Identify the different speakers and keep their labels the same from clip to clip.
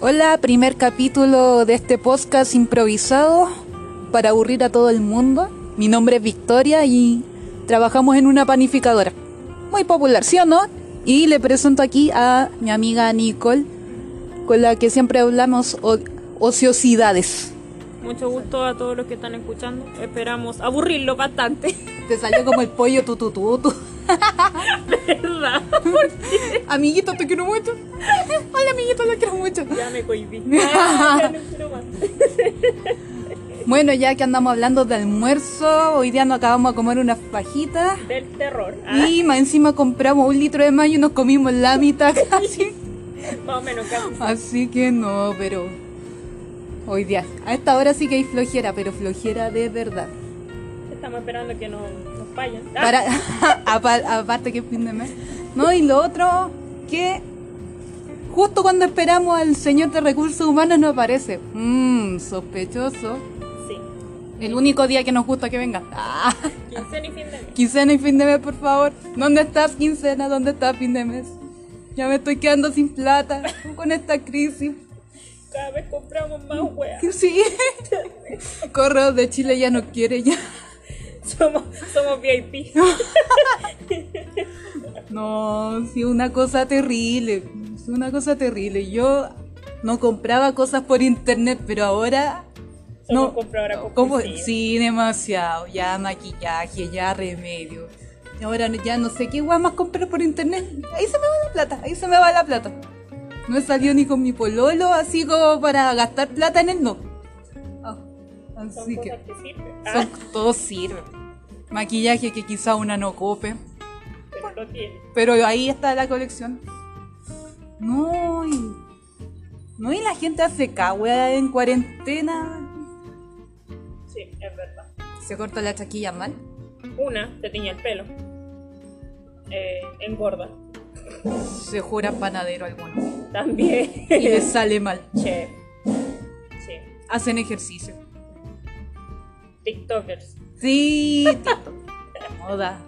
Speaker 1: Hola, primer capítulo de este podcast improvisado para aburrir a todo el mundo. Mi nombre es Victoria y trabajamos en una panificadora. Muy popular, ¿sí o no? Y le presento aquí a mi amiga Nicole, con la que siempre hablamos o- ociosidades.
Speaker 2: Mucho gusto a todos los que están escuchando. Esperamos aburrirlo bastante,
Speaker 1: Te salió como el pollo tu tu tu tu.
Speaker 2: ¿verdad?
Speaker 1: Amiguito, te quiero mucho. Hola, amiguito, lo quiero mucho.
Speaker 2: Ya me cohibí. Ya no quiero más.
Speaker 1: Bueno, ya que andamos hablando de almuerzo, hoy día nos acabamos de comer unas fajitas.
Speaker 2: Del terror. Ah,
Speaker 1: Y más encima compramos un litro de mayo y nos comimos la mitad casi.
Speaker 2: más o menos casi.
Speaker 1: Así que no, pero hoy día. A esta hora sí que hay flojera, pero flojera de verdad.
Speaker 2: Estamos esperando que no- nos fallen. Ah,
Speaker 1: Para, apa- aparte que es fin de mes. No, y lo otro, que justo cuando esperamos al señor de recursos humanos no aparece. Mmm, sospechoso.
Speaker 2: Sí.
Speaker 1: El único día que nos gusta que venga. Ah,
Speaker 2: Quincena y fin de mes.
Speaker 1: quincena y fin de mes, por favor. ¿Dónde estás, quincena? ¿Dónde estás, fin de mes? Ya me estoy quedando sin plata con esta crisis.
Speaker 2: Cada vez compramos más weas.
Speaker 1: Sí. Correo de Chile ya no quiere, ya.
Speaker 2: Somos, somos VIP.
Speaker 1: No, sí, una cosa terrible. Es una cosa terrible. Yo no compraba cosas por internet, pero ahora.
Speaker 2: Somos
Speaker 1: no,
Speaker 2: compradoras
Speaker 1: ¿cómo?
Speaker 2: compulsivas.
Speaker 1: Sí, demasiado. Ya maquillaje, ya remedio. Ahora no- ya no sé qué guay más comprar por internet. Ahí se me va la plata, ahí se me va la plata. No he salido ni con mi pololo, así como para gastar plata en el no. Ah,
Speaker 2: Son
Speaker 1: así que.
Speaker 2: cosas que sirven. Ah,
Speaker 1: Son- todo sirve. Maquillaje que quizá una no cope.
Speaker 2: pero lo tiene.
Speaker 1: Pero ahí está la colección. No, y, no, y la gente hace cagua en cuarentena.
Speaker 2: Sí, es verdad.
Speaker 1: Se corta la chaquilla mal.
Speaker 2: Una, se tiñe el pelo. Eh, engorda.
Speaker 1: Se jura panadero alguno.
Speaker 2: También.
Speaker 1: Y le sale mal.
Speaker 2: Chef. Sí.
Speaker 1: Hacen ejercicio.
Speaker 2: TikTokers.
Speaker 1: Sí, TikTok. Moda.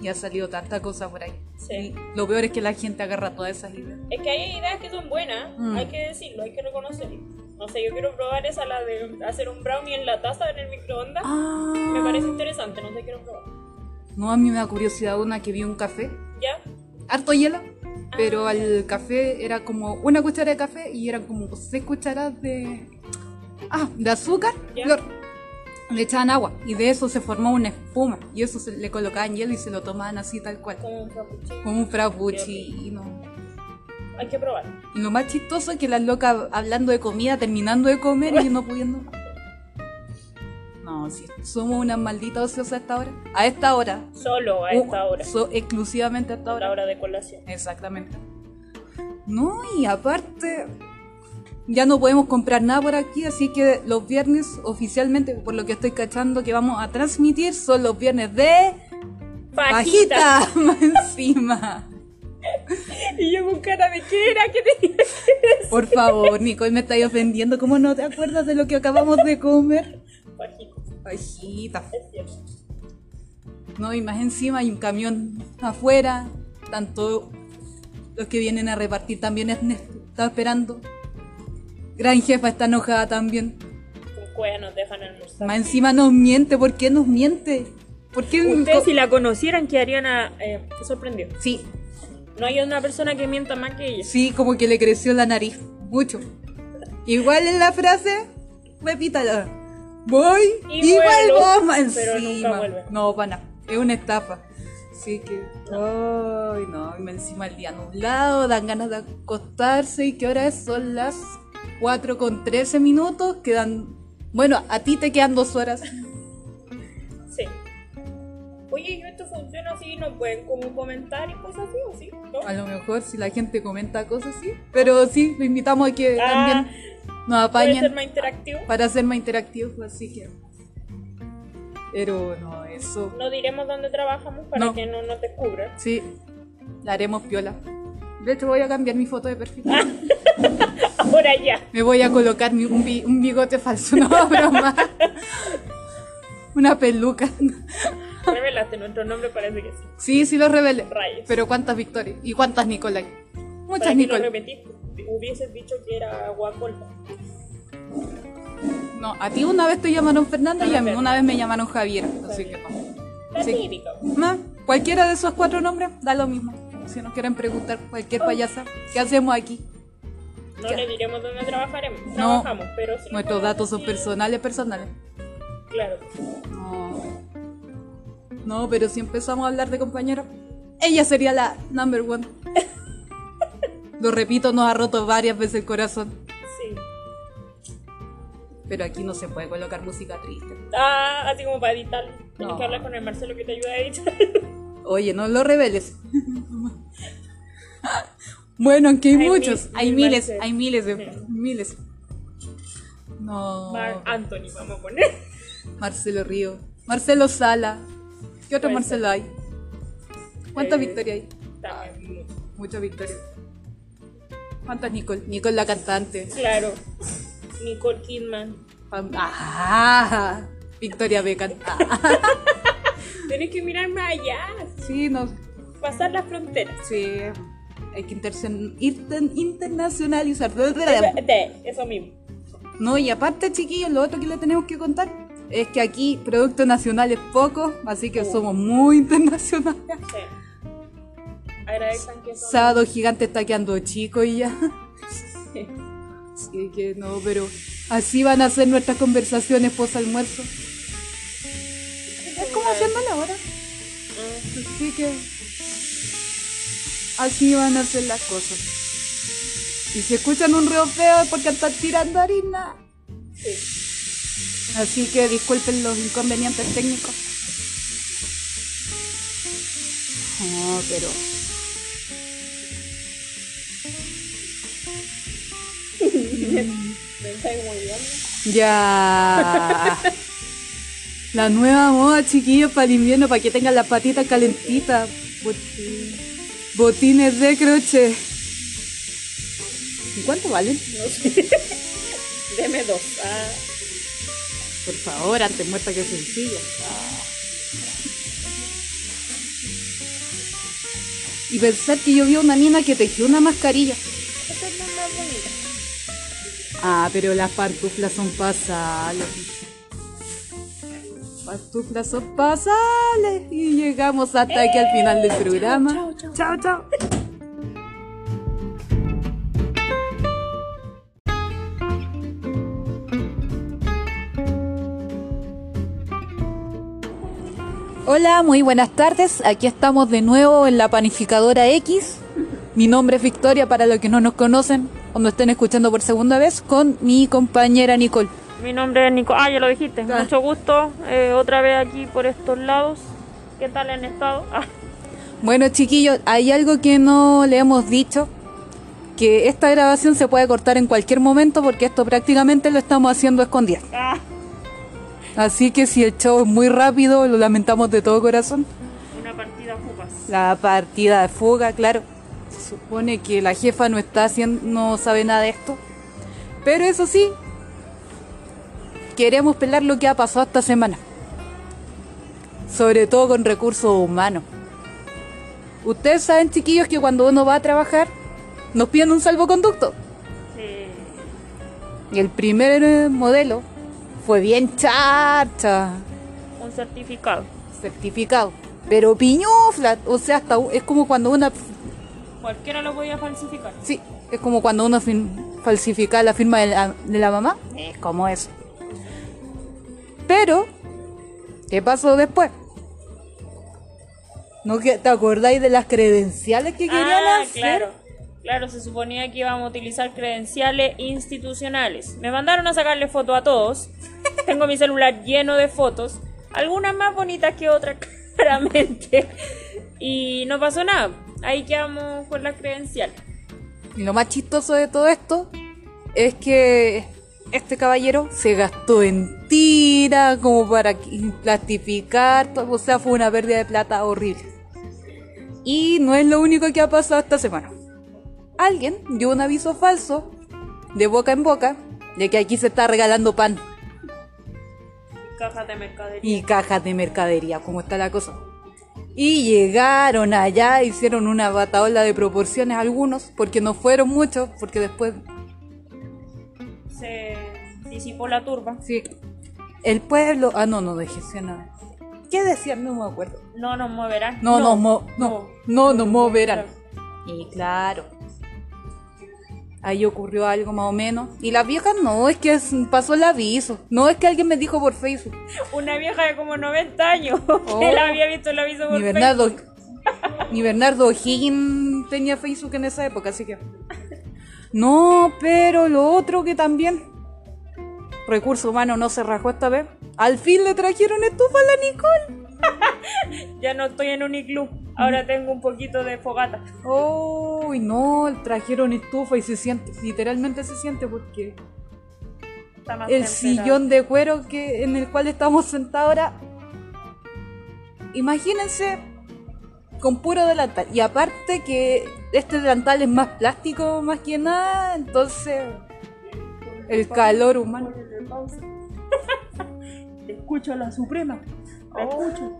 Speaker 1: Y ha salido tanta cosa por ahí.
Speaker 2: Sí.
Speaker 1: Y lo peor es que la gente agarra todas esas ideas.
Speaker 2: Es que hay ideas que son buenas,
Speaker 1: Mm.
Speaker 2: hay que decirlo, hay que reconocerlo. No sé, yo quiero probar esa, la de hacer un brownie en la taza en el microondas.
Speaker 1: Ah.
Speaker 2: Me parece interesante, no sé, quiero probar.
Speaker 1: No, a mí me da curiosidad una que vi un café
Speaker 2: ¿Ya?
Speaker 1: harto hielo,
Speaker 2: Ah.
Speaker 1: pero al café era como una cuchara de café y eran como seis cucharas de. Ah, de azúcar,
Speaker 2: Ya.
Speaker 1: flor. Le echaban agua y de eso se formó una espuma y eso se le colocaban hielo y se lo tomaban así tal cual,
Speaker 2: Como un frappuccino.
Speaker 1: como un frappuccino.
Speaker 2: Hay que probar.
Speaker 1: Y lo más chistoso es que las locas hablando de comida, terminando de comer y no pudiendo. No, si somos unas malditas ociosas a esta hora. A esta hora.
Speaker 2: Solo a esta
Speaker 1: Uh,
Speaker 2: hora,
Speaker 1: so- exclusivamente a esta
Speaker 2: a
Speaker 1: hora.
Speaker 2: la hora de colación.
Speaker 1: Exactamente. No, y aparte, ya no podemos comprar nada por aquí, así que los viernes oficialmente, por lo que estoy cachando, que vamos a transmitir son los viernes de
Speaker 2: ¡Pajita!
Speaker 1: bajita más encima.
Speaker 2: Y yo con cara de ¿qué era? ¿Qué tenía?
Speaker 1: Por favor, Nicole, me estáis ofendiendo. ¿Cómo no te acuerdas de lo que acabamos de comer?
Speaker 2: Pajita,
Speaker 1: Bajita.
Speaker 2: es cierto.
Speaker 1: No, y más encima hay un camión afuera, tanto los que vienen a repartir también es- está esperando. Gran jefa está enojada también.
Speaker 2: Con cueva nos dejan almorzar.
Speaker 1: Más encima nos miente, ¿por qué nos miente? ¿Por qué
Speaker 2: Ustedes si la conocieran quedarían a, eh, sorprendidos.
Speaker 1: Sí,
Speaker 2: No hay una persona que mienta más que ella.
Speaker 1: sí, como que le creció la nariz, mucho. Igual en la frase, repítala. Voy
Speaker 2: Y
Speaker 1: y, vuelvo,
Speaker 2: vuelvo,
Speaker 1: más
Speaker 2: pero nunca
Speaker 1: encima.
Speaker 2: vuelve.
Speaker 1: No, pana, es una estafa. Así que, ay, no, y más encima el día nublado, dan ganas de acostarse. ¿Y qué hora es? Son las 4 con 13 minutos. Quedan, bueno, a ti te quedan dos horas.
Speaker 2: Sí. Oye, ¿y esto funciona así? ¿No pueden como comentar y cosas así o sí? ¿No?
Speaker 1: A lo mejor si la gente comenta cosas así. Pero sí, lo invitamos a que
Speaker 2: Ah,
Speaker 1: también nos
Speaker 2: ¿Puede ser
Speaker 1: apañen
Speaker 2: más interactivo?
Speaker 1: para ser más interactivos, así que. Pero no, eso.
Speaker 2: No diremos dónde trabajamos para
Speaker 1: No.
Speaker 2: que no nos descubran.
Speaker 1: Sí, la haremos piola. De hecho, voy a cambiar mi foto de perfil.
Speaker 2: Ahora ya.
Speaker 1: Me voy a colocar mi- un, bi- un bigote falso, no, broma. Una peluca.
Speaker 2: Revelaste nuestro nombre, parece que sí.
Speaker 1: Sí, sí lo revelé.
Speaker 2: Rayos.
Speaker 1: Pero cuántas victorias y cuántas Nicolai.
Speaker 2: ¿Para
Speaker 1: Muchas
Speaker 2: qué lo
Speaker 1: Nicolai.
Speaker 2: repetiste? hubieses dicho que era guacolpa.
Speaker 1: No, a ti una vez te llamaron Fernanda y a mí
Speaker 2: Fernanda.
Speaker 1: una vez me llamaron Javier. Así que
Speaker 2: La
Speaker 1: Sí.
Speaker 2: típica.
Speaker 1: Ma, Cualquiera de esos cuatro nombres da lo mismo. Si nos quieren preguntar cualquier
Speaker 2: Oh.
Speaker 1: payasa, ¿qué hacemos aquí?
Speaker 2: No
Speaker 1: Ya.
Speaker 2: le diremos dónde trabajaremos.
Speaker 1: No.
Speaker 2: Trabajamos, pero sí.
Speaker 1: Nuestros datos son personales, personales.
Speaker 2: Claro.
Speaker 1: No. No, pero si empezamos a hablar de compañeros, ella sería la number one. Lo repito, nos ha roto varias veces el corazón.
Speaker 2: Sí.
Speaker 1: Pero aquí no se puede colocar música triste.
Speaker 2: Ah, así como para editar. Tienes
Speaker 1: No.
Speaker 2: que hablar con el Marcelo que te ayuda a editar.
Speaker 1: Oye, no lo reveles. bueno, aunque hay,
Speaker 2: Hay
Speaker 1: muchos,
Speaker 2: mil-
Speaker 1: hay
Speaker 2: mil
Speaker 1: miles,
Speaker 2: Marcel.
Speaker 1: hay miles de
Speaker 2: Sí.
Speaker 1: miles. No.
Speaker 2: Mark Anthony, vamos a poner.
Speaker 1: Marcelo Río, Marcelo Sala. ¿Qué otro
Speaker 2: Puede
Speaker 1: Marcelo hay? ¿Cuántas
Speaker 2: Eh,
Speaker 1: victorias hay?
Speaker 2: También.
Speaker 1: Muchas victorias. ¿Cuántas Nicole? Nicole la cantante.
Speaker 2: Claro. Nicole Kidman.
Speaker 1: Pam- ¡Ah! Victoria Beckham. Ah,
Speaker 2: Tienes que mirar más allá.
Speaker 1: sí, no.
Speaker 2: Pasar las fronteras.
Speaker 1: Sí. Hay que interse- irten- internacionalizar.
Speaker 2: De- Eso mismo.
Speaker 1: No, y aparte, chiquillos, lo otro que le tenemos que contar es que aquí producto nacional es poco, así que
Speaker 2: Sí.
Speaker 1: somos muy internacionales.
Speaker 2: Sí. Agradezcan que son.
Speaker 1: Sábado Gigante está quedando chico y ya. Así que no, pero así van a ser nuestras conversaciones post almuerzo. Es como haciendo la hora.
Speaker 2: Ah,
Speaker 1: Así que así van a ser las cosas. Y si escuchan un reo feo es porque están tirando harina.
Speaker 2: sí.
Speaker 1: Así que disculpen los inconvenientes técnicos. No, Ah, pero.
Speaker 2: Me estáis muy bien.
Speaker 1: Ya. La nueva moda, chiquillos, para el invierno, para que tengan las patitas calentitas. Bot- Botines de crochet. ¿Y cuánto valen?
Speaker 2: No sé. Deme dos. Ah,
Speaker 1: Por favor, antes muerta que sencilla. Y pensar que yo vi a una mina que tejió una mascarilla.
Speaker 2: esa es la más bonita.
Speaker 1: Ah, pero las pantuflas son pasales. Pantuflas son pasales. Y llegamos hasta aquí al final del programa.
Speaker 2: chao,
Speaker 1: chao. chao. Hola, muy buenas tardes. Aquí estamos de nuevo en la panificadora X. Mi nombre es Victoria, para los que no nos conocen o nos estén escuchando por segunda vez, con mi compañera Nicole.
Speaker 2: Mi nombre es Nico. Ah, ya lo dijiste.
Speaker 1: Ah.
Speaker 2: Mucho gusto. eh, otra vez aquí por estos lados. ¿Qué tal han estado? Ah,
Speaker 1: Bueno, chiquillos, hay algo que no le hemos dicho, que esta grabación se puede cortar en cualquier momento porque esto prácticamente lo estamos haciendo escondidas.
Speaker 2: ah.
Speaker 1: Así que si el show es muy rápido, lo lamentamos de todo corazón.
Speaker 2: Una partida jugas.
Speaker 1: La partida de fuga, claro. Se supone que la jefa no está haciendo, no sabe nada de esto. Pero eso sí, queremos pelar lo que ha pasado esta semana. Sobre todo con recursos humanos. Ustedes saben, chiquillos, que cuando uno va a trabajar, nos piden un salvoconducto.
Speaker 2: Sí.
Speaker 1: Y el primer eh, modelo fue bien charcha,
Speaker 2: Un certificado.
Speaker 1: certificado. Pero piñufla, o sea, hasta u- es como cuando una
Speaker 2: Cualquiera lo podía falsificar.
Speaker 1: Sí, es como cuando uno fin- falsifica la firma de la, de la mamá. Es como eso. Pero, ¿qué pasó después? ¿No que- ¿Te acordáis de las credenciales que querían
Speaker 2: Ah,
Speaker 1: hacer?
Speaker 2: claro. Claro, se suponía que íbamos a utilizar credenciales institucionales. Me mandaron a sacarle foto a todos. Tengo mi celular lleno de fotos. Algunas más bonitas que otras, claramente. Y no pasó nada. Ahí quedamos con la credencial.
Speaker 1: Y lo más chistoso de todo esto es que este caballero se gastó en tira como para qui- plastificar, to- o sea, fue una pérdida de plata horrible. Y no es lo único que ha pasado esta semana. Alguien dio un aviso falso de boca en boca de que aquí se está regalando pan
Speaker 2: Cajas de mercadería.
Speaker 1: y cajas de mercadería, como está la cosa. Y llegaron allá, hicieron una bataola de proporciones algunos, porque no fueron muchos, porque después,
Speaker 2: Se disipó la turba.
Speaker 1: sí, el pueblo... Ah, no, no dejé sí, nada. ¿Qué decían? No me acuerdo.
Speaker 2: No nos moverán.
Speaker 1: No, no, mo- no, no, nos moverán. Y claro. Ahí ocurrió algo más o menos. Y la vieja no, es que es- pasó el aviso. No, es que alguien me dijo por Facebook.
Speaker 2: Una vieja de como 90 años
Speaker 1: Oh.
Speaker 2: que la había visto el aviso por
Speaker 1: Ni
Speaker 2: Facebook.
Speaker 1: Bernardo, ni Bernardo O'Higgins tenía Facebook en esa época, así que. No, pero lo otro que también. Recurso humano no se rajó esta vez. Al fin le trajeron estufa a la Nicole.
Speaker 2: Ya no estoy en uniclub. Ahora tengo un poquito de fogata.
Speaker 1: Uy, no, trajeron estufa y se siente, literalmente se siente porque
Speaker 2: Está más
Speaker 1: el
Speaker 2: temperado.
Speaker 1: sillón de cuero que, en el cual estamos sentados ahora. Imagínense con puro delantal. Y aparte que este delantal es más plástico más que nada, entonces el calor humano.
Speaker 2: Escucho a la Suprema. La escucho.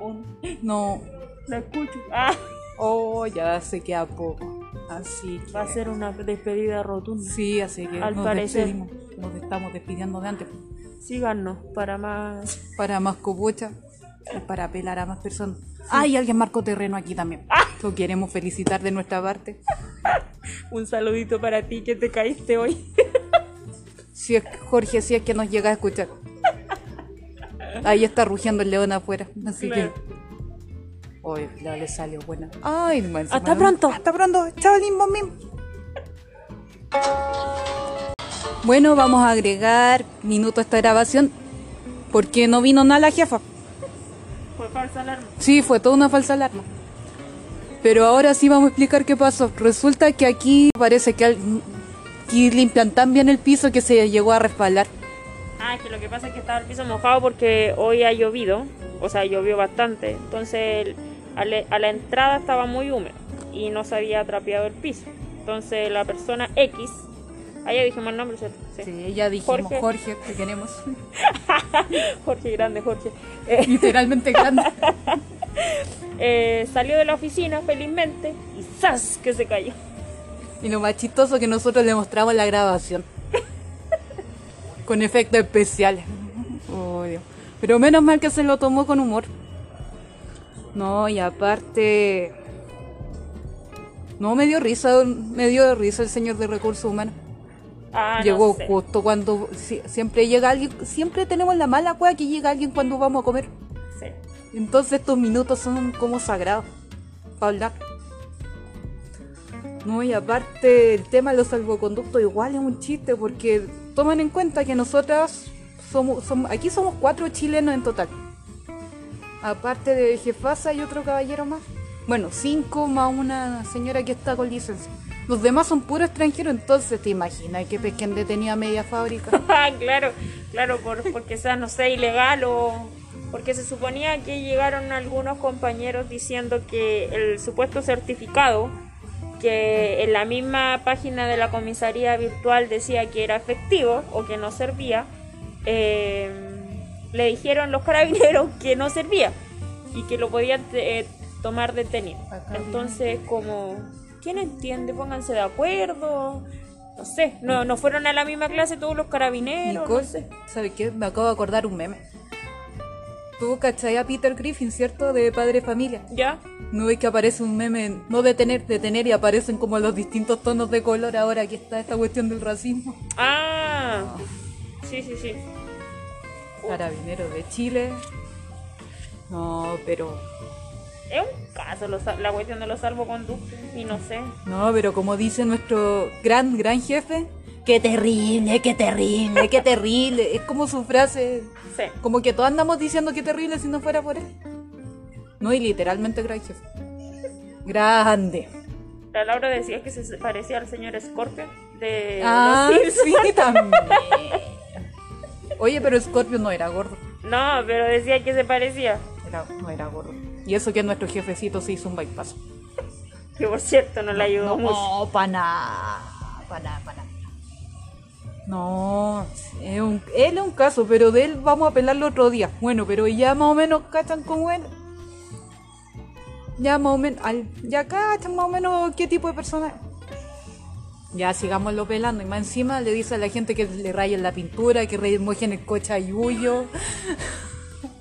Speaker 2: Un-
Speaker 1: No,
Speaker 2: La escucho. Ah,
Speaker 1: oh, ya se queda poco. Así que...
Speaker 2: va a ser una despedida rotunda.
Speaker 1: Sí, así que
Speaker 2: Al
Speaker 1: nos
Speaker 2: parecer.
Speaker 1: despedimos. Nos estamos despidiendo de antes.
Speaker 2: Síganos para más.
Speaker 1: Para más copucha y para apelar a más personas. Ay, alguien marcó terreno aquí también. Lo queremos felicitar de nuestra parte.
Speaker 2: Un saludito para ti que te caíste hoy.
Speaker 1: Si es Jorge, si es que nos llega a escuchar. Ahí está rugiendo el león afuera. Así
Speaker 2: Claro.
Speaker 1: que. Hoy la le salió buena. Ay, man, se
Speaker 2: Hasta
Speaker 1: me-
Speaker 2: pronto.
Speaker 1: Hasta pronto. Chao, limbo, mim. Bueno, vamos a agregar minuto a esta grabación. Porque no vino nada la jefa.
Speaker 2: Fue falsa alarma.
Speaker 1: Sí, fue toda una falsa alarma. Pero ahora sí vamos a explicar qué pasó. Resulta que aquí parece que, al- que limpian tan bien el piso que se llegó a resbalar.
Speaker 2: Ah, que lo que pasa es que estaba el piso mojado porque hoy ha llovido, o sea, llovió bastante. Entonces, el- a, la- a la entrada estaba muy húmedo y no se había trapeado el piso. Entonces, la persona X, ahí ya dijimos el nombre, ¿cierto? Sí.
Speaker 1: Sí, ya dijimos,
Speaker 2: Jorge.
Speaker 1: Jorge, te queremos.
Speaker 2: Jorge, grande Jorge. Eh,
Speaker 1: Literalmente grande.
Speaker 2: eh, salió de la oficina felizmente y ¡zas! que se cayó.
Speaker 1: Y lo más chistoso que nosotros le mostramos la grabación. Con efectos especiales. Oh, Dios. Pero menos mal que se lo tomó con humor. No, y aparte... No, me dio risa, me dio risa el señor de recursos humanos.
Speaker 2: Ah, no
Speaker 1: Llegó
Speaker 2: sé.
Speaker 1: justo cuando... si- siempre llega alguien, siempre tenemos la mala cueva que llega alguien cuando vamos a comer.
Speaker 2: Sí.
Speaker 1: Entonces estos minutos son como sagrados para hablar. No, y aparte el tema de los salvoconductos igual es un chiste porque toman en cuenta que nosotras somos, som- aquí somos cuatro chilenos en total. Aparte de jefasa y otro caballero más. Bueno, cinco más una señora que está con licencia. Los demás son puros extranjeros, entonces te imaginas que pesquen detenida media fábrica.
Speaker 2: Ah, claro, claro, por, porque sea, no sé, ilegal o... Porque se suponía que llegaron algunos compañeros diciendo que el supuesto certificado, que en la misma página de la comisaría virtual decía que era efectivo o que no servía, eh, le dijeron los carabineros que no servía y que lo podían eh, tomar detenido.
Speaker 1: Acá viene.
Speaker 2: Entonces, como, ¿quién entiende? Pónganse de acuerdo. No sé, no, no fueron a la misma clase todos los carabineros.
Speaker 1: Nicole,
Speaker 2: no sé.
Speaker 1: ¿sabes qué? Me acabo de acordar un meme. Tú cachai a Peter Griffin, ¿cierto? De Padre Familia.
Speaker 2: ¿Ya?
Speaker 1: No ves que aparece un meme, en- no detener, detener y aparecen como los distintos tonos de color ahora que está esta cuestión del racismo.
Speaker 2: Ah, sí, sí, sí.
Speaker 1: Carabineros de Chile. No, pero.
Speaker 2: Es un caso los- la cuestión de los salvoconductos y no sé.
Speaker 1: No, pero como dice nuestro gran, gran jefe. Qué terrible, qué terrible, qué terrible. Es como su frase.
Speaker 2: Sí.
Speaker 1: Como que todos andamos diciendo que terrible si no fuera por él. No, y literalmente gran jefe. Grande.
Speaker 2: La Laura decía que se parecía al señor Scorpion de
Speaker 1: ah,
Speaker 2: los Sims.
Speaker 1: sí, también. Oye, pero Scorpio no era gordo.
Speaker 2: No, pero decía que se parecía.
Speaker 1: Era- no era gordo. Y eso que nuestro jefecito se hizo un bypass.
Speaker 2: Que por cierto no le
Speaker 1: No,
Speaker 2: ayudó mucho.
Speaker 1: para nada. Para nada, para nada. No, es un- él es un caso, pero de él vamos a apelarlo otro día. Bueno, pero ya más o menos cachan con él. Ya más o menos, al- ya cachan más o menos qué tipo de persona es. Ya sigámoslo pelando. Y más encima le dice a la gente que le rayen la pintura, que remojen el coche a Yuyo.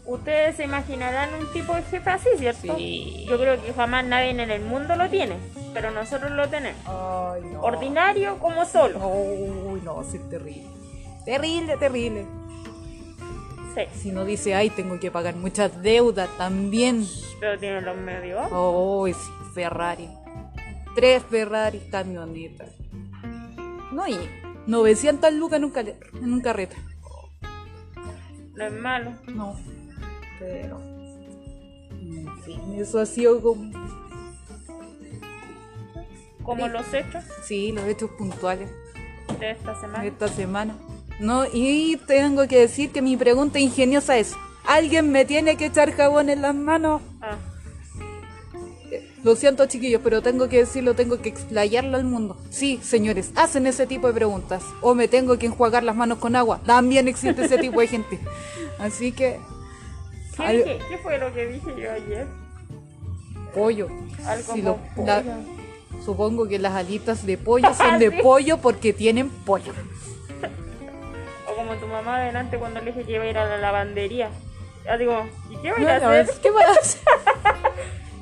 Speaker 2: Ustedes se imaginarán un tipo de jefe así, ¿cierto?
Speaker 1: Sí.
Speaker 2: Yo creo que jamás nadie en el mundo lo tiene, pero nosotros lo tenemos.
Speaker 1: Ay, no.
Speaker 2: Ordinario como solo.
Speaker 1: Uy, no, sí, terrible. Terrible, terrible.
Speaker 2: Sí,
Speaker 1: Si no dice, ay, tengo que pagar muchas deudas también.
Speaker 2: pero tiene los medios.
Speaker 1: Oh, sí, Ferrari. Tres Ferraris camionetas. No, y 900 lucas en un, cale- en un carrete.
Speaker 2: No es malo.
Speaker 1: No, pero... En fin, eso ha sido como...
Speaker 2: Como
Speaker 1: Sí.
Speaker 2: los hechos
Speaker 1: Sí, los hechos puntuales
Speaker 2: de esta
Speaker 1: de
Speaker 2: semana.
Speaker 1: esta semana. No, y tengo que decir que mi pregunta ingeniosa es, ¿alguien me tiene que echar jabón en las manos?
Speaker 2: Ah,
Speaker 1: Eh, Lo siento chiquillos, pero tengo que decirlo, tengo que explayarlo al mundo. Sí, señores, hacen ese tipo de preguntas. O me tengo que enjuagar las manos con agua. También existe ese tipo de gente. Así que,
Speaker 2: ¿Qué,
Speaker 1: Al-
Speaker 2: dije? ¿Qué fue lo que dije yo ayer?
Speaker 1: pollo.
Speaker 2: Algo
Speaker 1: Si
Speaker 2: con
Speaker 1: lo- la-
Speaker 2: pollo.
Speaker 1: supongo que las alitas de pollo son de
Speaker 2: Ah, Sí.
Speaker 1: pollo porque tienen pollo.
Speaker 2: O como tu mamá adelante cuando le dije que iba a ir a la lavandería. Ya digo, ¿y qué va a ir
Speaker 1: No,
Speaker 2: a
Speaker 1: no, es-
Speaker 2: hacer?
Speaker 1: ¿Qué vas a hacer?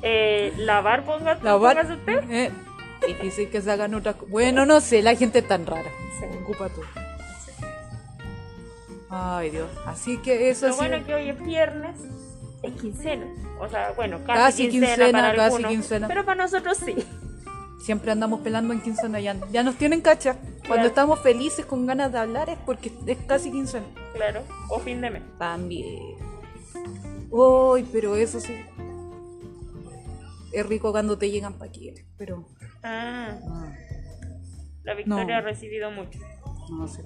Speaker 2: Eh, ¿Lavar, ponga,
Speaker 1: Lavar.
Speaker 2: póngase usted?
Speaker 1: Eh, difícil que se hagan otras co- Bueno, no sé, la gente es tan rara.
Speaker 2: Sí.
Speaker 1: Ocupa tú. Ay, Dios. Así que eso
Speaker 2: Lo
Speaker 1: sí.
Speaker 2: bueno es que hoy es viernes, es quincena. O sea, bueno, casi,
Speaker 1: Casi
Speaker 2: quincena,
Speaker 1: quincena,
Speaker 2: para
Speaker 1: casi
Speaker 2: algunos.
Speaker 1: quincena.
Speaker 2: Pero para nosotros sí.
Speaker 1: Siempre andamos pelando en quincena, ya, ya nos tienen cacha. Cuando
Speaker 2: Claro.
Speaker 1: estamos felices con ganas de hablar es porque es casi quincena.
Speaker 2: Claro, o fin de mes.
Speaker 1: También. Uy, pero eso sí. Es rico cuando te llegan paquetes, pero
Speaker 2: Ah,
Speaker 1: ah,
Speaker 2: la Victoria
Speaker 1: No.
Speaker 2: ha recibido mucho.
Speaker 1: no sé.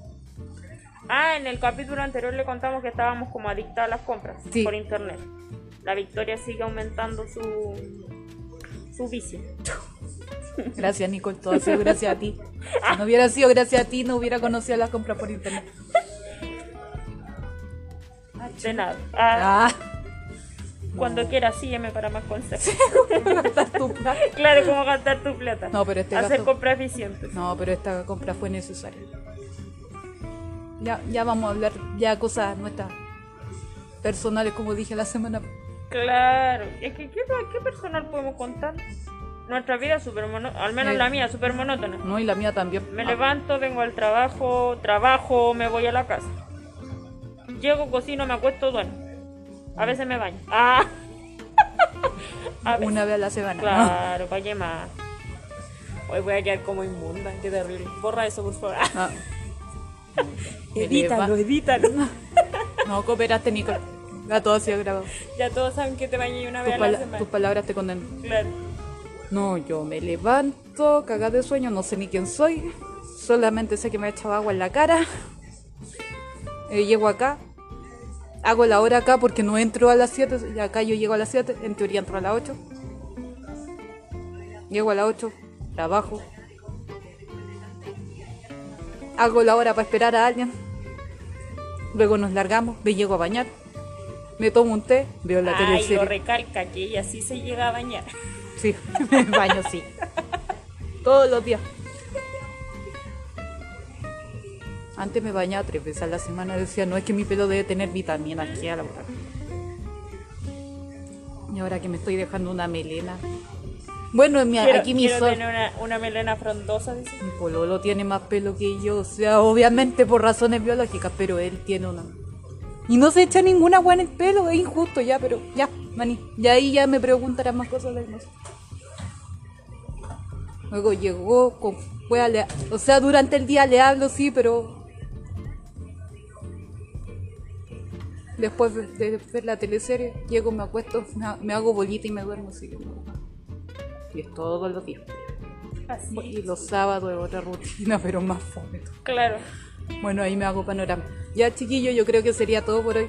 Speaker 2: Ah, en el capítulo anterior le contamos que estábamos como adictas a las compras
Speaker 1: Sí.
Speaker 2: por internet. La Victoria sigue aumentando su su vicio.
Speaker 1: Gracias, Nicole. Todo ha sido gracias a ti. Si no hubiera sido gracias a ti, no hubiera conocido las compras por internet.
Speaker 2: De nada. Ah,
Speaker 1: Ah,
Speaker 2: Cuando quieras, sígueme para más consejos.
Speaker 1: gastar tu plata.
Speaker 2: claro, cómo gastar tu plata.
Speaker 1: No, pero este
Speaker 2: Hacer
Speaker 1: gasto-
Speaker 2: compras eficientes.
Speaker 1: No, pero esta compra fue necesaria. Ya, ya vamos a hablar ya cosas nuestras personales, como dije la semana.
Speaker 2: Claro, es que ¿qué, qué personal podemos contar? Nuestra vida es súper monótona, al menos
Speaker 1: Sí.
Speaker 2: la mía, súper monótona.
Speaker 1: No, y la mía también.
Speaker 2: Me
Speaker 1: Ah,
Speaker 2: levanto, vengo al trabajo, trabajo, me voy a la casa. Llego, cocino, me acuesto, duermo. A veces me baño. Ah, a veces.
Speaker 1: una vez a la semana. Ah.
Speaker 2: Claro, para qué más. Hoy voy a quedar como inmunda, qué terrible. Borra eso, por favor. Ah,
Speaker 1: Ah, Me
Speaker 2: edítalo,
Speaker 1: leva-
Speaker 2: edítalo.
Speaker 1: ah. No cooperaste, Nicole. Ya todo ha sido grabado.
Speaker 2: Ya todos saben que te bañé una
Speaker 1: Tus,
Speaker 2: vez a la
Speaker 1: pala-
Speaker 2: semana.
Speaker 1: tus palabras te condenan.
Speaker 2: Claro.
Speaker 1: No, yo me levanto, cagada de sueño, no sé ni quién soy. Solamente sé que me he echado agua en la cara. Eh, llego acá, hago la hora acá porque no entro a las 7. y Acá yo llego a las 7, en teoría entro a las 8. Llego a las 8, trabajo. Hago la hora para esperar a alguien. Luego nos largamos, me llego a bañar. Me tomo un té, veo la
Speaker 2: Ay,
Speaker 1: teleserie.
Speaker 2: lo recalca que ella sí se llega a bañar.
Speaker 1: Sí, me baño, sí. Todos los días. Antes me bañaba tres veces a la semana. Decía, no es que mi pelo debe tener vitamina aquí a la verdad. Y ahora que me estoy dejando una melena. Bueno, en mi-
Speaker 2: Quiero,
Speaker 1: aquí mi
Speaker 2: quiero
Speaker 1: sol.
Speaker 2: tener una, una melena frondosa, dice.
Speaker 1: Mi pololo tiene más pelo que yo. O sea, obviamente por razones biológicas, pero él tiene una. Y no se echa ninguna agua en el pelo. Es injusto ya, pero ya, maní. Y ahí ya me preguntarán más cosas de hermosa. Luego llegó con wea, le- O sea, durante el día le hablo, sí, pero. Después de, de ver la teleserie, llego, me acuesto, me, ha- me hago bolita y me duermo, así que- Y es todos los días.
Speaker 2: Así.
Speaker 1: Y los sábados es otra rutina, pero más fome.
Speaker 2: Claro.
Speaker 1: Bueno, ahí me hago panorama. Ya, chiquillos, yo creo que sería todo por hoy.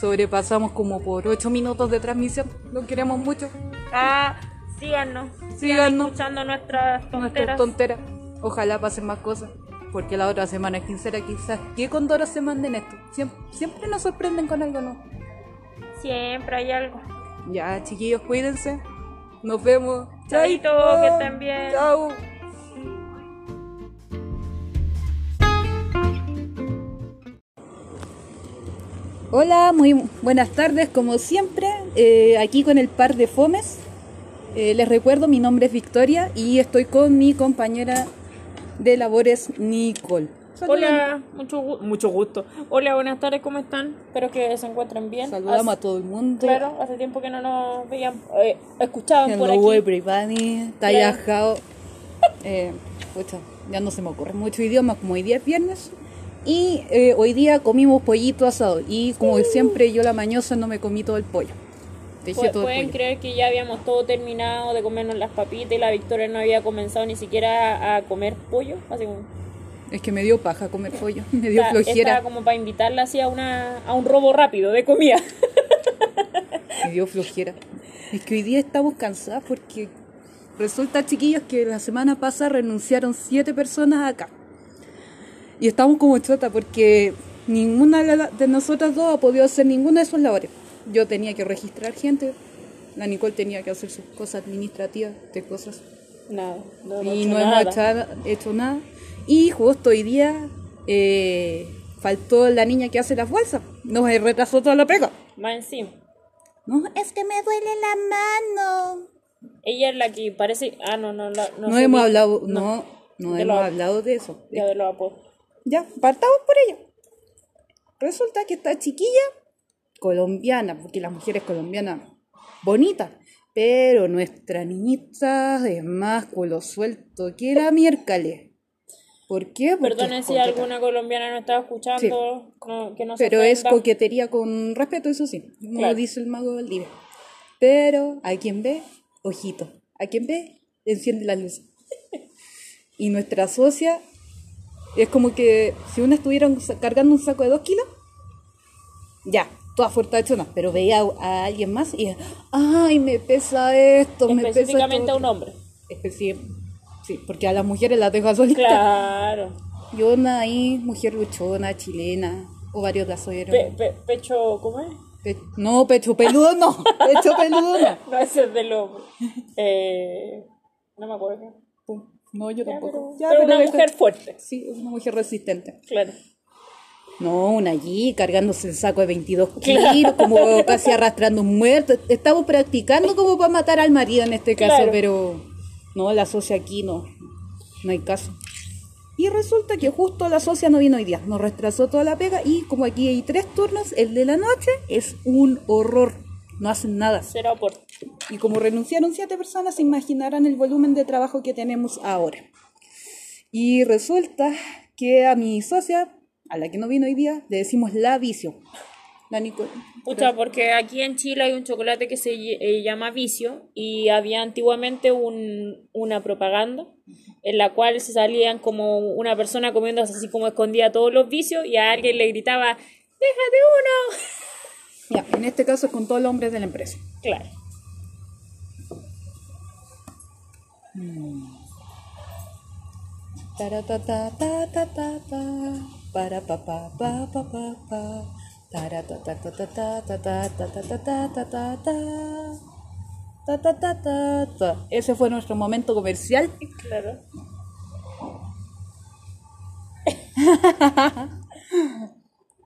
Speaker 1: Sobrepasamos como por 8 minutos de transmisión. Lo queremos mucho.
Speaker 2: Ah, síganos.
Speaker 1: Síganos.
Speaker 2: Escuchando nuestras
Speaker 1: Nuestras
Speaker 2: tonteras.
Speaker 1: tonteras. Ojalá pasen más cosas. Porque la otra semana es quincena, quizás. ¿Qué condoros se manden esto? Siem- siempre nos sorprenden con algo nuevo.
Speaker 2: Siempre hay algo.
Speaker 1: Ya, chiquillos, cuídense. Nos vemos.
Speaker 2: Chaito, que estén bien.
Speaker 1: Chao. Hola, muy buenas tardes, como siempre, eh, aquí con el par de Fomes. Eh, les recuerdo, mi nombre es Victoria y estoy con mi compañera de labores, Nicole.
Speaker 2: Hola, mucho, gu- mucho gusto. Hola, buenas tardes, ¿cómo están? Espero que se encuentren bien.
Speaker 1: Saludamos
Speaker 2: Hace-
Speaker 1: a todo el mundo.
Speaker 2: Claro, hace tiempo que no nos veían, eh, escuchaban por
Speaker 1: Hello
Speaker 2: aquí.
Speaker 1: everybody, Taya Hao. Eh, pucha, ya no se me ocurre mucho idioma, como hoy día es viernes. Y eh, hoy día comimos pollito asado. Y como siempre, yo la mañosa no me comí todo el pollo. Dejé
Speaker 2: Pu-
Speaker 1: todo el
Speaker 2: Pueden
Speaker 1: pollo.
Speaker 2: creer que ya habíamos todo terminado de comernos las papitas y la Victoria no había comenzado ni siquiera a comer pollo. Así como,
Speaker 1: Es que me dio paja comer pollo, me dio
Speaker 2: esta-
Speaker 1: flojera.
Speaker 2: estaba como para invitarla así a, una, a un robo rápido de comida.
Speaker 1: Me dio flojera. Es que hoy día estamos cansadas porque resulta, chiquillos, que la semana pasada renunciaron siete personas acá. Y estamos como chota porque ninguna de la- de nosotras dos ha podido hacer ninguna de sus labores. Yo tenía que registrar gente, la Nicole tenía que hacer sus cosas administrativas, de cosas.
Speaker 2: Nada, no, hemos
Speaker 1: y
Speaker 2: hecho
Speaker 1: no
Speaker 2: nada.
Speaker 1: hemos hecha- hecho nada. Y justo hoy día eh, faltó la niña que hace las bolsas. Nos retrasó toda la pega.
Speaker 2: Más encima.
Speaker 1: No, es que me duele la mano.
Speaker 2: Ella es la que parece. Ah, no, no, la-
Speaker 1: No,
Speaker 2: no sé
Speaker 1: hemos
Speaker 2: bien.
Speaker 1: hablado, no, no,
Speaker 2: De
Speaker 1: hemos
Speaker 2: lo-
Speaker 1: hablado de eso.
Speaker 2: Ya de los apodos.
Speaker 1: Ya, partamos por ello. Resulta que esta chiquilla, colombiana, porque las mujeres colombianas, bonitas, pero nuestra niñita es más culo suelto que la miércoles. ¿Por qué? Porque
Speaker 2: Perdone
Speaker 1: es
Speaker 2: si
Speaker 1: coqueta.
Speaker 2: alguna colombiana no estaba escuchando, no- que no se
Speaker 1: Pero es
Speaker 2: ofenda.
Speaker 1: coquetería con respeto, eso sí, como
Speaker 2: Claro.
Speaker 1: dice el mago libre. Pero a quien ve, ojito. A quien ve, enciende la luz. y nuestra socia es como que si una estuviera un sa- cargando un saco de dos kilos, ya, toda fortachonas, pero veía a, a alguien más y ay, me pesa esto, me pesa esto
Speaker 2: Específicamente a
Speaker 1: otro".
Speaker 2: un hombre.
Speaker 1: Especi- sí, porque a las mujeres las deja solitas.
Speaker 2: Claro.
Speaker 1: Yo naí, mujer luchona, chilena, ovarios lazoeros.
Speaker 2: Pe- pe- pecho, ¿cómo es?
Speaker 1: Pe- no, pecho peludo no, pecho peludo no.
Speaker 2: No, ese es de los. Eh, no me acuerdo.
Speaker 1: Pum, No, yo
Speaker 2: Ya,
Speaker 1: tampoco.
Speaker 2: pero,
Speaker 1: Ya,
Speaker 2: pero
Speaker 1: pero
Speaker 2: una
Speaker 1: deja-
Speaker 2: mujer fuerte.
Speaker 1: Sí, una mujer resistente.
Speaker 2: Claro.
Speaker 1: No, una allí cargándose el saco de 22 kilos, como casi arrastrando un muerto. Estamos practicando como para matar al marido en este caso,
Speaker 2: Claro.
Speaker 1: pero no, la socia aquí no, no hay caso. Y resulta que justo la socia no vino hoy día, nos retrasó toda la pega y como aquí hay tres turnos, el de la noche es un horror, no hacen nada.
Speaker 2: Será por.
Speaker 1: Y como renunciaron siete personas, se imaginarán el volumen de trabajo que tenemos ahora. Y resulta que a mi socia, a la que no vino hoy día, le decimos la vicio. La Nicole.
Speaker 2: Pucha, porque aquí en Chile hay un chocolate que se lle- eh, llama Vicio y había antiguamente un, una propaganda en la cual se salían como una persona comiendo así como escondida todos los vicios y a alguien le gritaba, ¡déjate
Speaker 1: Ya, en este caso es con todos los hombres de la empresa.
Speaker 2: uno! Claro.
Speaker 1: Taratata, ta, ta, ta, ta, para pa pa pa pa pa pa. Taratata, ta, ta, ta, ta, ta, ta, ta, ta, ta, ta, ta, ta. Ta, ta, ta, ta, ta. Ese fue nuestro momento comercial.
Speaker 2: Claro.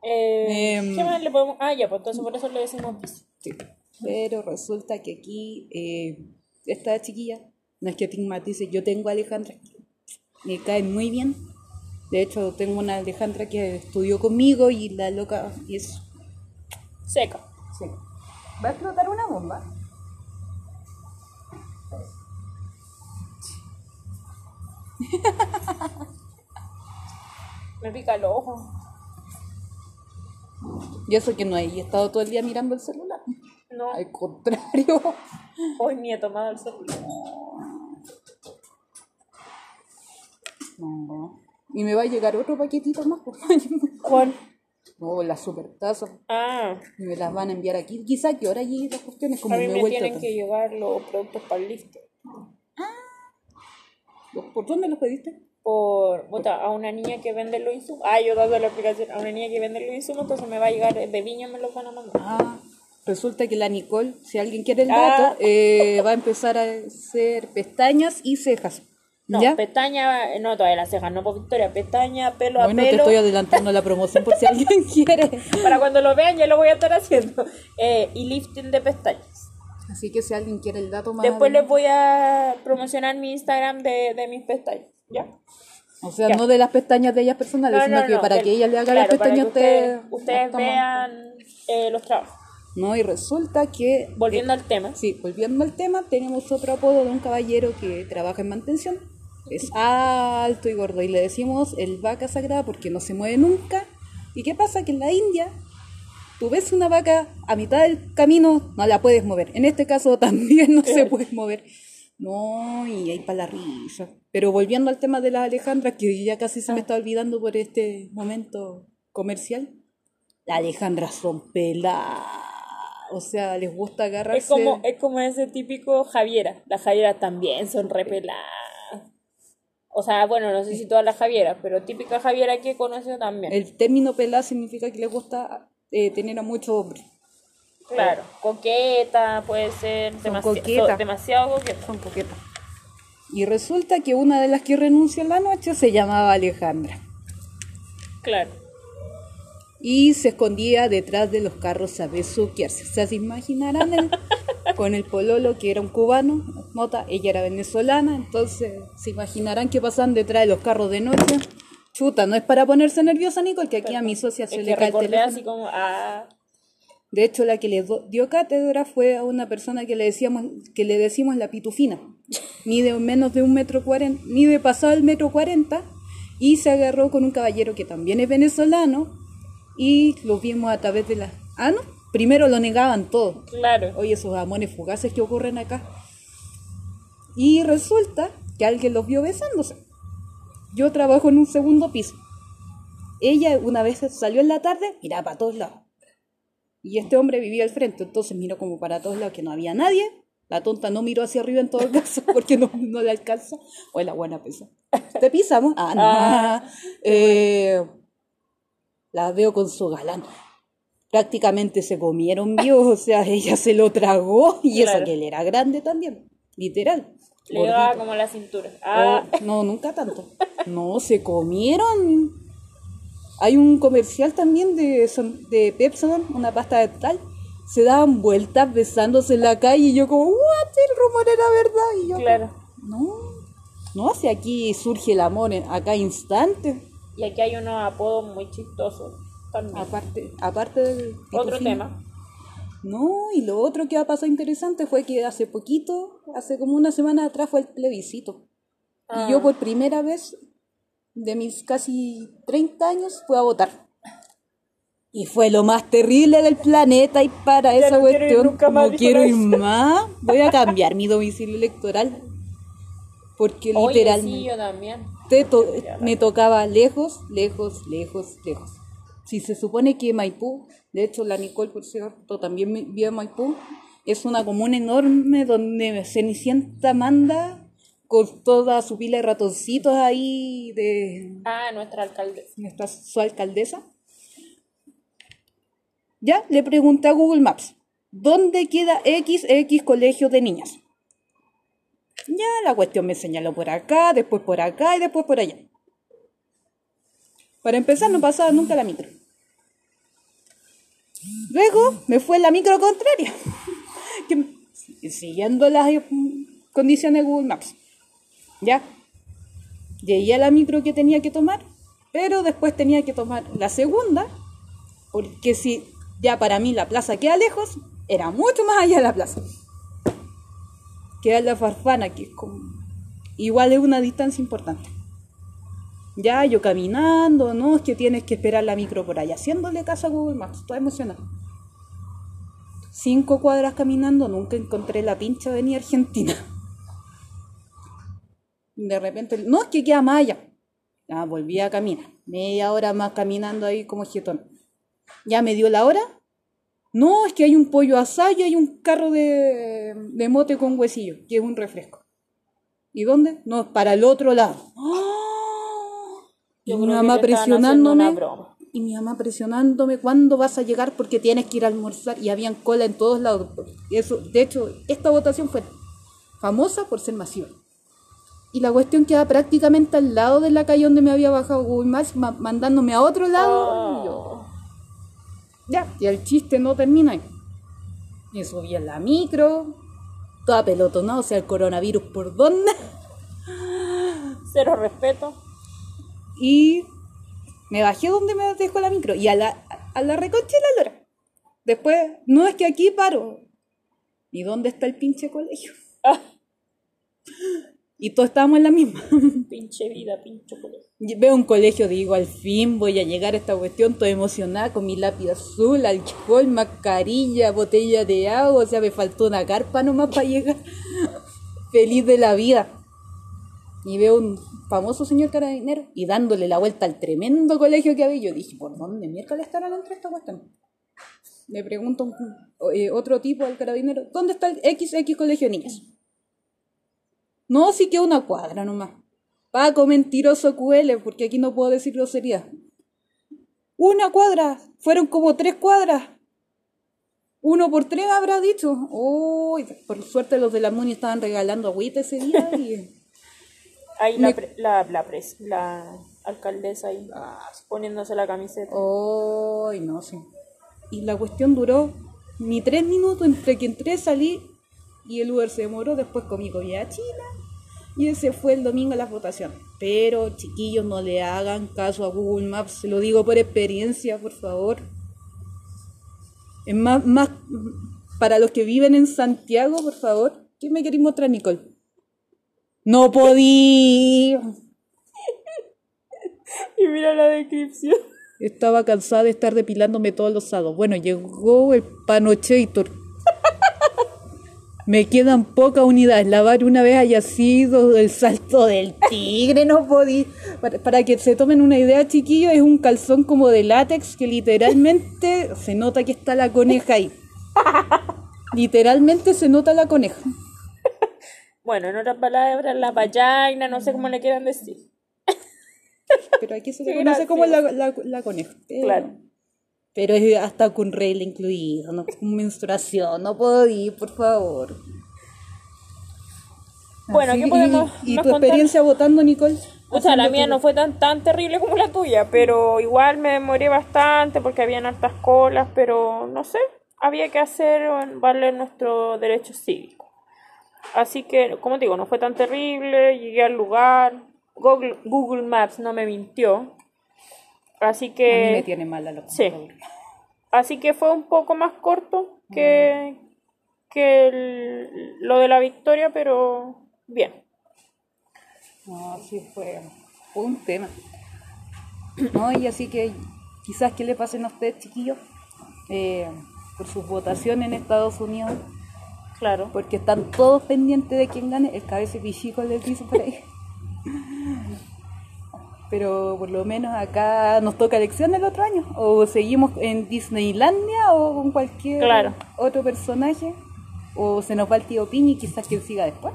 Speaker 2: eh,
Speaker 1: Em.
Speaker 2: ¿Qué más le podemos...? Ah, ya, pues entonces por eso le decimos vicio.
Speaker 1: Sí. Pero resulta que aquí eh, esta chiquilla, no es que estigmatice, yo tengo a Alejandra, me caen muy bien. De hecho, tengo una Alejandra que estudió conmigo y la loca es...
Speaker 2: Seca.
Speaker 1: sí. ¿Va a explotar una bomba?
Speaker 2: Me pica el ojo.
Speaker 1: Y eso que no he estado todo el día mirando el celular.
Speaker 2: No,
Speaker 1: Al contrario.
Speaker 2: hoy ni he tomado el celular.
Speaker 1: No. Y me va a llegar otro paquetito más. pues.
Speaker 2: ¿Cuál?
Speaker 1: No, las super tazas.
Speaker 2: Ah,
Speaker 1: Y me las van a enviar aquí. Quizá que ahora lleguen las cuestiones como
Speaker 2: a mí
Speaker 1: no he
Speaker 2: me
Speaker 1: vuelto
Speaker 2: tienen
Speaker 1: tan-
Speaker 2: que llegar los productos para el listo.
Speaker 1: ¿Por dónde los pediste?
Speaker 2: por. puta, a una niña que vende los insumos. Ah, yo dando la explicación. A una niña que vende los insumos, entonces me va a llegar eh, de viña, me los van a mandar.
Speaker 1: Ah, resulta que la Nicole, si alguien quiere el
Speaker 2: Ah.
Speaker 1: dato, eh, va a empezar a hacer pestañas y cejas.
Speaker 2: No,
Speaker 1: ¿Ya?
Speaker 2: pestaña, no, todavía las cejas, no por Victoria, pestaña, pelo
Speaker 1: Bueno,
Speaker 2: a
Speaker 1: te
Speaker 2: pelo.
Speaker 1: estoy adelantando la promoción por si alguien quiere.
Speaker 2: Para cuando lo vean, ya lo voy a estar haciendo. Eh, y lifting de pestañas.
Speaker 1: Así que si alguien quiere el dato más.
Speaker 2: Después les
Speaker 1: adelante.
Speaker 2: voy a promocionar mi Instagram de, de mis pestañas. ¿Ya?
Speaker 1: O sea,
Speaker 2: Ya.
Speaker 1: no de las pestañas Ah, de ellas personales, sino que para
Speaker 2: del-
Speaker 1: que ella le haga las
Speaker 2: claro, para que
Speaker 1: pestañas a
Speaker 2: ustedes,
Speaker 1: usted.
Speaker 2: ustedes
Speaker 1: las toma.
Speaker 2: vean eh, los trabajos.
Speaker 1: No, y resulta que.
Speaker 2: Volviendo al tema.
Speaker 1: Sí, volviendo al tema, tenemos otro apodo de un caballero que trabaja en mantención. Es alto y gordo y le decimos el vaca sagrada porque no se mueve nunca. ¿Y qué pasa? Que en la India tú ves una vaca a mitad del camino, no la puedes mover. En este caso también no se puede mover. No, y ahí para la risa. Pero volviendo al tema de las Alejandras, que ya casi
Speaker 2: Ah.
Speaker 1: se me está olvidando por este momento comercial. Las Alejandras son peladas. O sea, les gusta agarrarse.
Speaker 2: Es como, es como ese típico Javiera. Las Javieras también son repeladas. O sea, bueno, no sé si todas las Javieras, pero típica Javiera que he conocido también.
Speaker 1: El término pelada significa que les gusta eh, tener a muchos hombres.
Speaker 2: Claro, coqueta puede ser demasiado
Speaker 1: coquetas.
Speaker 2: demasiado coqueta.
Speaker 1: Son coquetas. Y resulta que una de las que renunció en la noche se llamaba Alejandra.
Speaker 2: Claro.
Speaker 1: y se escondía detrás de los carros a besuquearse. O sea, se imaginarán el- con el pololo que era un cubano, Mota, ella era venezolana, entonces se imaginarán que pasan detrás de los carros de noche. Chuta, no es para ponerse nerviosa, Nicole, que aquí a mi socia
Speaker 2: Es
Speaker 1: se
Speaker 2: que
Speaker 1: le cae el
Speaker 2: recordé
Speaker 1: teléfono.
Speaker 2: así como ah,
Speaker 1: De hecho, la que le do- dio cátedra fue a una persona que le decíamos, que le decimos la pitufina, ni de menos de un metro cuarenta, ni de pasado el metro cuarenta, y se agarró con un caballero que también es venezolano, y lo vimos a través de la... Ah, no, primero lo negaban todo.
Speaker 2: claro.
Speaker 1: Oye, esos amores fugaces que ocurren acá. Y resulta que alguien los vio besándose. Yo trabajo en un segundo piso. Ella una vez salió en la tarde, miraba para todos lados. Y este hombre vivía al frente, entonces miró como para todos lados que no había nadie. La tonta no miró hacia arriba en todo caso porque no, no le alcanza. O es la buena pesa. Te pisamos. Ah, no.
Speaker 2: Ah,
Speaker 1: Eh, la veo con su galán prácticamente se comieron vivos, o sea, ella se lo tragó y
Speaker 2: Claro.
Speaker 1: eso que él era grande también, literal.
Speaker 2: Le
Speaker 1: gordito.
Speaker 2: daba como la cintura. Ah,
Speaker 1: Oh, no, nunca tanto. No, se comieron. Hay un comercial también de, son- de Pepsodent, una pasta dental. Se daban vueltas besándose en la calle y yo como, what, el rumor era verdad. Y yo,
Speaker 2: claro.
Speaker 1: no, no, si aquí surge el amor en- a cada instante.
Speaker 2: Y aquí hay unos apodos muy chistosos también.
Speaker 1: Aparte, aparte del...
Speaker 2: Otro
Speaker 1: pitufín.
Speaker 2: tema.
Speaker 1: No, y lo otro que ha pasado interesante fue que hace poquito, hace como una semana atrás, fue el plebiscito.
Speaker 2: Ah.
Speaker 1: Y yo por primera vez de mis casi 30 años fui a votar. Y fue lo más terrible del planeta y para
Speaker 2: Ya
Speaker 1: esa
Speaker 2: no quiero ir
Speaker 1: cuestión
Speaker 2: nunca más,
Speaker 1: no
Speaker 2: dijo
Speaker 1: quiero
Speaker 2: la
Speaker 1: ir
Speaker 2: Isa.
Speaker 1: más. Voy a cambiar mi domicilio electoral. Porque
Speaker 2: Oye, sí,
Speaker 1: literalmente
Speaker 2: yo también.
Speaker 1: te to- me tocaba lejos, lejos, lejos, lejos. Si se supone que Maipú, de hecho la Nicole, por cierto, también me- vive en Maipú, es una comuna enorme donde Cenicienta manda con toda su pila de ratoncitos ahí de
Speaker 2: Ah, nuestra alcaldesa.
Speaker 1: nuestra su alcaldesa. Ya le pregunté a Google Maps, ¿dónde queda XX colegio de niñas? Ya la cuestión me señaló por acá, después por acá y después por allá. Para empezar, no pasaba nunca la micro. Luego me fue la micro contraria, que- siguiendo las eh, condiciones de Google Maps. Ya, Llegué a la micro que tenía que tomar, pero después tenía que tomar la segunda, porque si ya para mí la plaza queda lejos, era mucho más allá de la plaza. Queda la farfana, que es como... Igual es una distancia importante. Ya yo caminando, no, es que tienes que esperar la micro por allá, haciéndole caso a Google Maps, toda emocionada. Cinco cuadras caminando, nunca encontré la pincha avenida argentina. De repente, no, es que queda más allá. Ah, volví a caminar. Media hora más caminando ahí como jetón. Ya me dio la hora. No, es que hay un pollo asado y hay un carro de, de mote con huesillo, que es un refresco. ¿Y dónde? No, para el otro lado. ¡Ah! Y
Speaker 2: Yo
Speaker 1: mi
Speaker 2: creo que
Speaker 1: mamá
Speaker 2: te estaban haciendo una
Speaker 1: presionándome.
Speaker 2: broma.
Speaker 1: Y mi mamá presionándome, ¿cuándo vas a llegar? Porque tienes que ir a almorzar. Y habían cola en todos lados. Eso, de hecho, esta votación fue famosa por ser masiva. Y la cuestión queda prácticamente al lado de la calle donde me había bajado Google Maps, ma- mandándome a otro lado. Y yo, ya, y el chiste no termina ahí. Me subí en la micro, toda pelotonada, o sea, el coronavirus por dónde.
Speaker 2: Cero respeto.
Speaker 1: Y me bajé donde me dejó la micro y a la, a la reconcha de la lora. Después, no es que aquí paro. ¿Y dónde está el pinche colegio?
Speaker 2: Ah,
Speaker 1: Y todos estábamos en la misma.
Speaker 2: pinche vida, pinche colegio.
Speaker 1: Y Veo un colegio, digo, al fin voy a llegar a esta cuestión, toda emocionada con mi lápiz azul, alcohol, mascarilla, botella de agua, o sea, me faltó una carpa nomás para llegar. Feliz de la vida. Y veo un famoso señor carabinero y dándole la vuelta al tremendo colegio que había. Yo dije, ¿por dónde miércoles estarán entre esta cuestión? Le pregunto a un- eh, otro tipo al carabinero, ¿dónde está el XX colegio de niñas? No, sí que una cuadra nomás. Paco, mentiroso QL, porque aquí no puedo decir grosería. Una cuadra, fueron como tres cuadras. Uno por tres habrá dicho. Uy, por suerte los de la MUNI estaban regalando agüita ese día y...
Speaker 2: Ahí la,
Speaker 1: Me-
Speaker 2: pre- la, la, pres- la alcaldesa ahí
Speaker 1: Ah.
Speaker 2: poniéndose la camiseta.
Speaker 1: Ay, no sé. Y la cuestión duró ni tres minutos entre que entré, salí y el Uber se demoró. Después comí comida china y ese fue el domingo a las votaciones. Pero chiquillos, no le hagan caso a Google Maps, se lo digo por experiencia, por favor. Es más, más para los que viven en Santiago, por favor. ¿Qué me queréis mostrar, Nicole? No podí.
Speaker 2: Y mira la descripción.
Speaker 1: Estaba cansada de estar depilándome todos los sábados. Bueno, llegó el panochator. Me quedan pocas unidades. Lavar una vez haya sido el salto del tigre, no podí. Para, para que se tomen una idea, chiquillo, es un calzón como de látex que literalmente se nota que está la coneja ahí. Literalmente se nota la coneja.
Speaker 2: Bueno, en otras palabras, la vallaina, no sé cómo le quieran decir.
Speaker 1: Pero aquí se
Speaker 2: Qué
Speaker 1: le conoce como la,
Speaker 2: gracioso.
Speaker 1: la- la coneja. Pero-
Speaker 2: Claro.
Speaker 1: Pero es hasta con regla incluido, no con menstruación, no puedo ir, por favor.
Speaker 2: Bueno,
Speaker 1: Así
Speaker 2: ¿qué
Speaker 1: que-
Speaker 2: podemos
Speaker 1: ¿Y, y
Speaker 2: más
Speaker 1: tu
Speaker 2: contar?
Speaker 1: experiencia votando, Nicole?
Speaker 2: O sea, la
Speaker 1: Haciendo
Speaker 2: mía
Speaker 1: tu-
Speaker 2: no fue tan, tan terrible como la tuya, pero igual me demoré bastante porque habían hartas colas, pero no sé, había que hacer valer nuestro derecho cívico. Así que, como te digo, no fue tan terrible, llegué al lugar, Google, Google Maps no me mintió. Así
Speaker 1: A mí
Speaker 2: que...
Speaker 1: me tiene mala loca.
Speaker 2: Sí. Así que fue un poco más corto
Speaker 1: Mm.
Speaker 2: que, que el- lo de la victoria, pero bien.
Speaker 1: No, sí fue, fue un tema. No, y así que quizás que le pasen a ustedes, chiquillos, eh, por sus votaciones en Estados Unidos,
Speaker 2: Claro.
Speaker 1: porque están todos pendientes de quién gane. El cabeza pichico les dice por ahí. Pero por lo menos acá nos toca elección el otro año. O seguimos en Disneylandia o con cualquier
Speaker 2: Claro.
Speaker 1: otro personaje. O se nos va el tío Piñi, quizás quien siga después.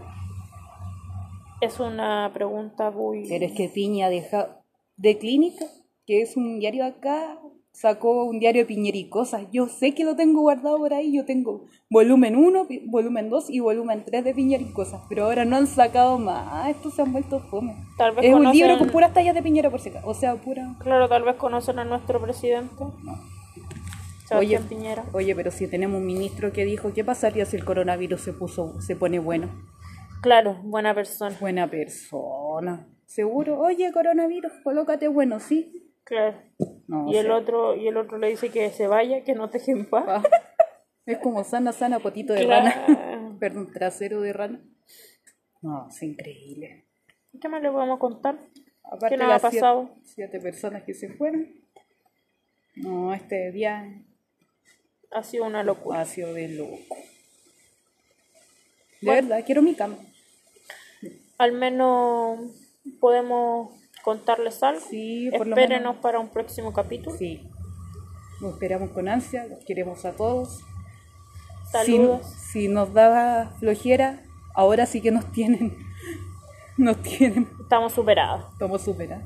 Speaker 2: Es una pregunta muy...
Speaker 1: Pero es que Piña deja de clínica, que es un diario acá, sacó un diario de Piñera y cosas. Yo sé que lo tengo guardado por ahí, yo tengo volumen 1, pi- volumen 2 y volumen 3 de Piñera y cosas, pero ahora no han sacado más. Ah, estos se han vuelto fome.
Speaker 2: Tal vez
Speaker 1: es un
Speaker 2: conocen-
Speaker 1: libro con puras tallas de Piñera por si acaso, o sea, pura...
Speaker 2: Claro, tal vez conocen a nuestro presidente. Sebastián
Speaker 1: Oye.
Speaker 2: Piñera.
Speaker 1: Oye, pero si tenemos un ministro que dijo, ¿qué pasaría si el coronavirus se puso, se pone bueno?
Speaker 2: Claro, buena persona.
Speaker 1: Buena persona. Seguro, oye, coronavirus, colócate bueno, ¿sí?
Speaker 2: Claro.
Speaker 1: No,
Speaker 2: Y el
Speaker 1: sé.
Speaker 2: otro, y el otro le dice que se vaya, que no te en paz.
Speaker 1: Ah, es como sana, sana, potito de
Speaker 2: Claro.
Speaker 1: rana. Perdón, trasero de rana. No, es increíble.
Speaker 2: ¿Qué más le podemos contar?
Speaker 1: Aparte
Speaker 2: ¿Qué nos
Speaker 1: las
Speaker 2: ha pasado?
Speaker 1: Siete, siete personas que se fueron. No, este día
Speaker 2: Ha sido una locura.
Speaker 1: ha sido de loco. De verdad, quiero mi cama.
Speaker 2: Al menos podemos contarles algo.
Speaker 1: Sí, por lo
Speaker 2: Espérenos
Speaker 1: menos.
Speaker 2: para un próximo capítulo.
Speaker 1: Sí. Los esperamos con ansia, los queremos a todos. Si-
Speaker 2: Saludos.
Speaker 1: Si, nos daba flojera, ahora sí que nos tienen. Nos tienen.
Speaker 2: Estamos superados.
Speaker 1: Estamos superados.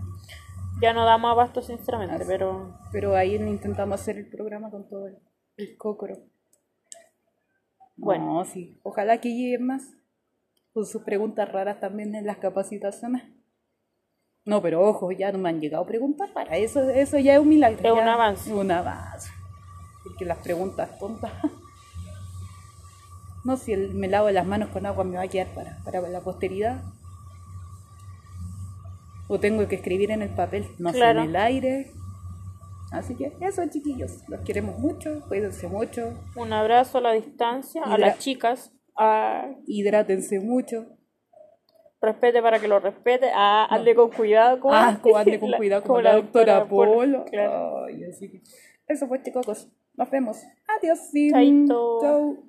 Speaker 2: Ya no damos abasto, sinceramente, pero.
Speaker 1: Pero ahí intentamos hacer el programa con todo el, el cócoro.
Speaker 2: Bueno.
Speaker 1: Bueno, sí. Ojalá que lleguen más. Con sus preguntas raras también en las capacitaciones. No, pero ojo, ya no me han llegado preguntas para eso. Eso ya es un milagro.
Speaker 2: Es un
Speaker 1: ya-
Speaker 2: avance.
Speaker 1: Un avance. Porque las preguntas tontas. No, si el, me lavo las manos con agua me va a quedar para, para la posteridad. O tengo que escribir en el papel, no sé,
Speaker 2: Claro.
Speaker 1: en el aire. Así que eso, chiquillos. Los queremos mucho, cuídense mucho.
Speaker 2: Un abrazo a la distancia,
Speaker 1: Hidra-
Speaker 2: a las chicas. A...
Speaker 1: hidrátense mucho.
Speaker 2: Respete para que lo respete. A... Ande con cuidado. como-
Speaker 1: Ah, como ande con
Speaker 2: la-
Speaker 1: cuidado como la, doctora, Polo.
Speaker 2: Claro.
Speaker 1: Ay, así que- Eso fue, chicos. Nos vemos. Adiós. sí.
Speaker 2: Chaito.
Speaker 1: Chau.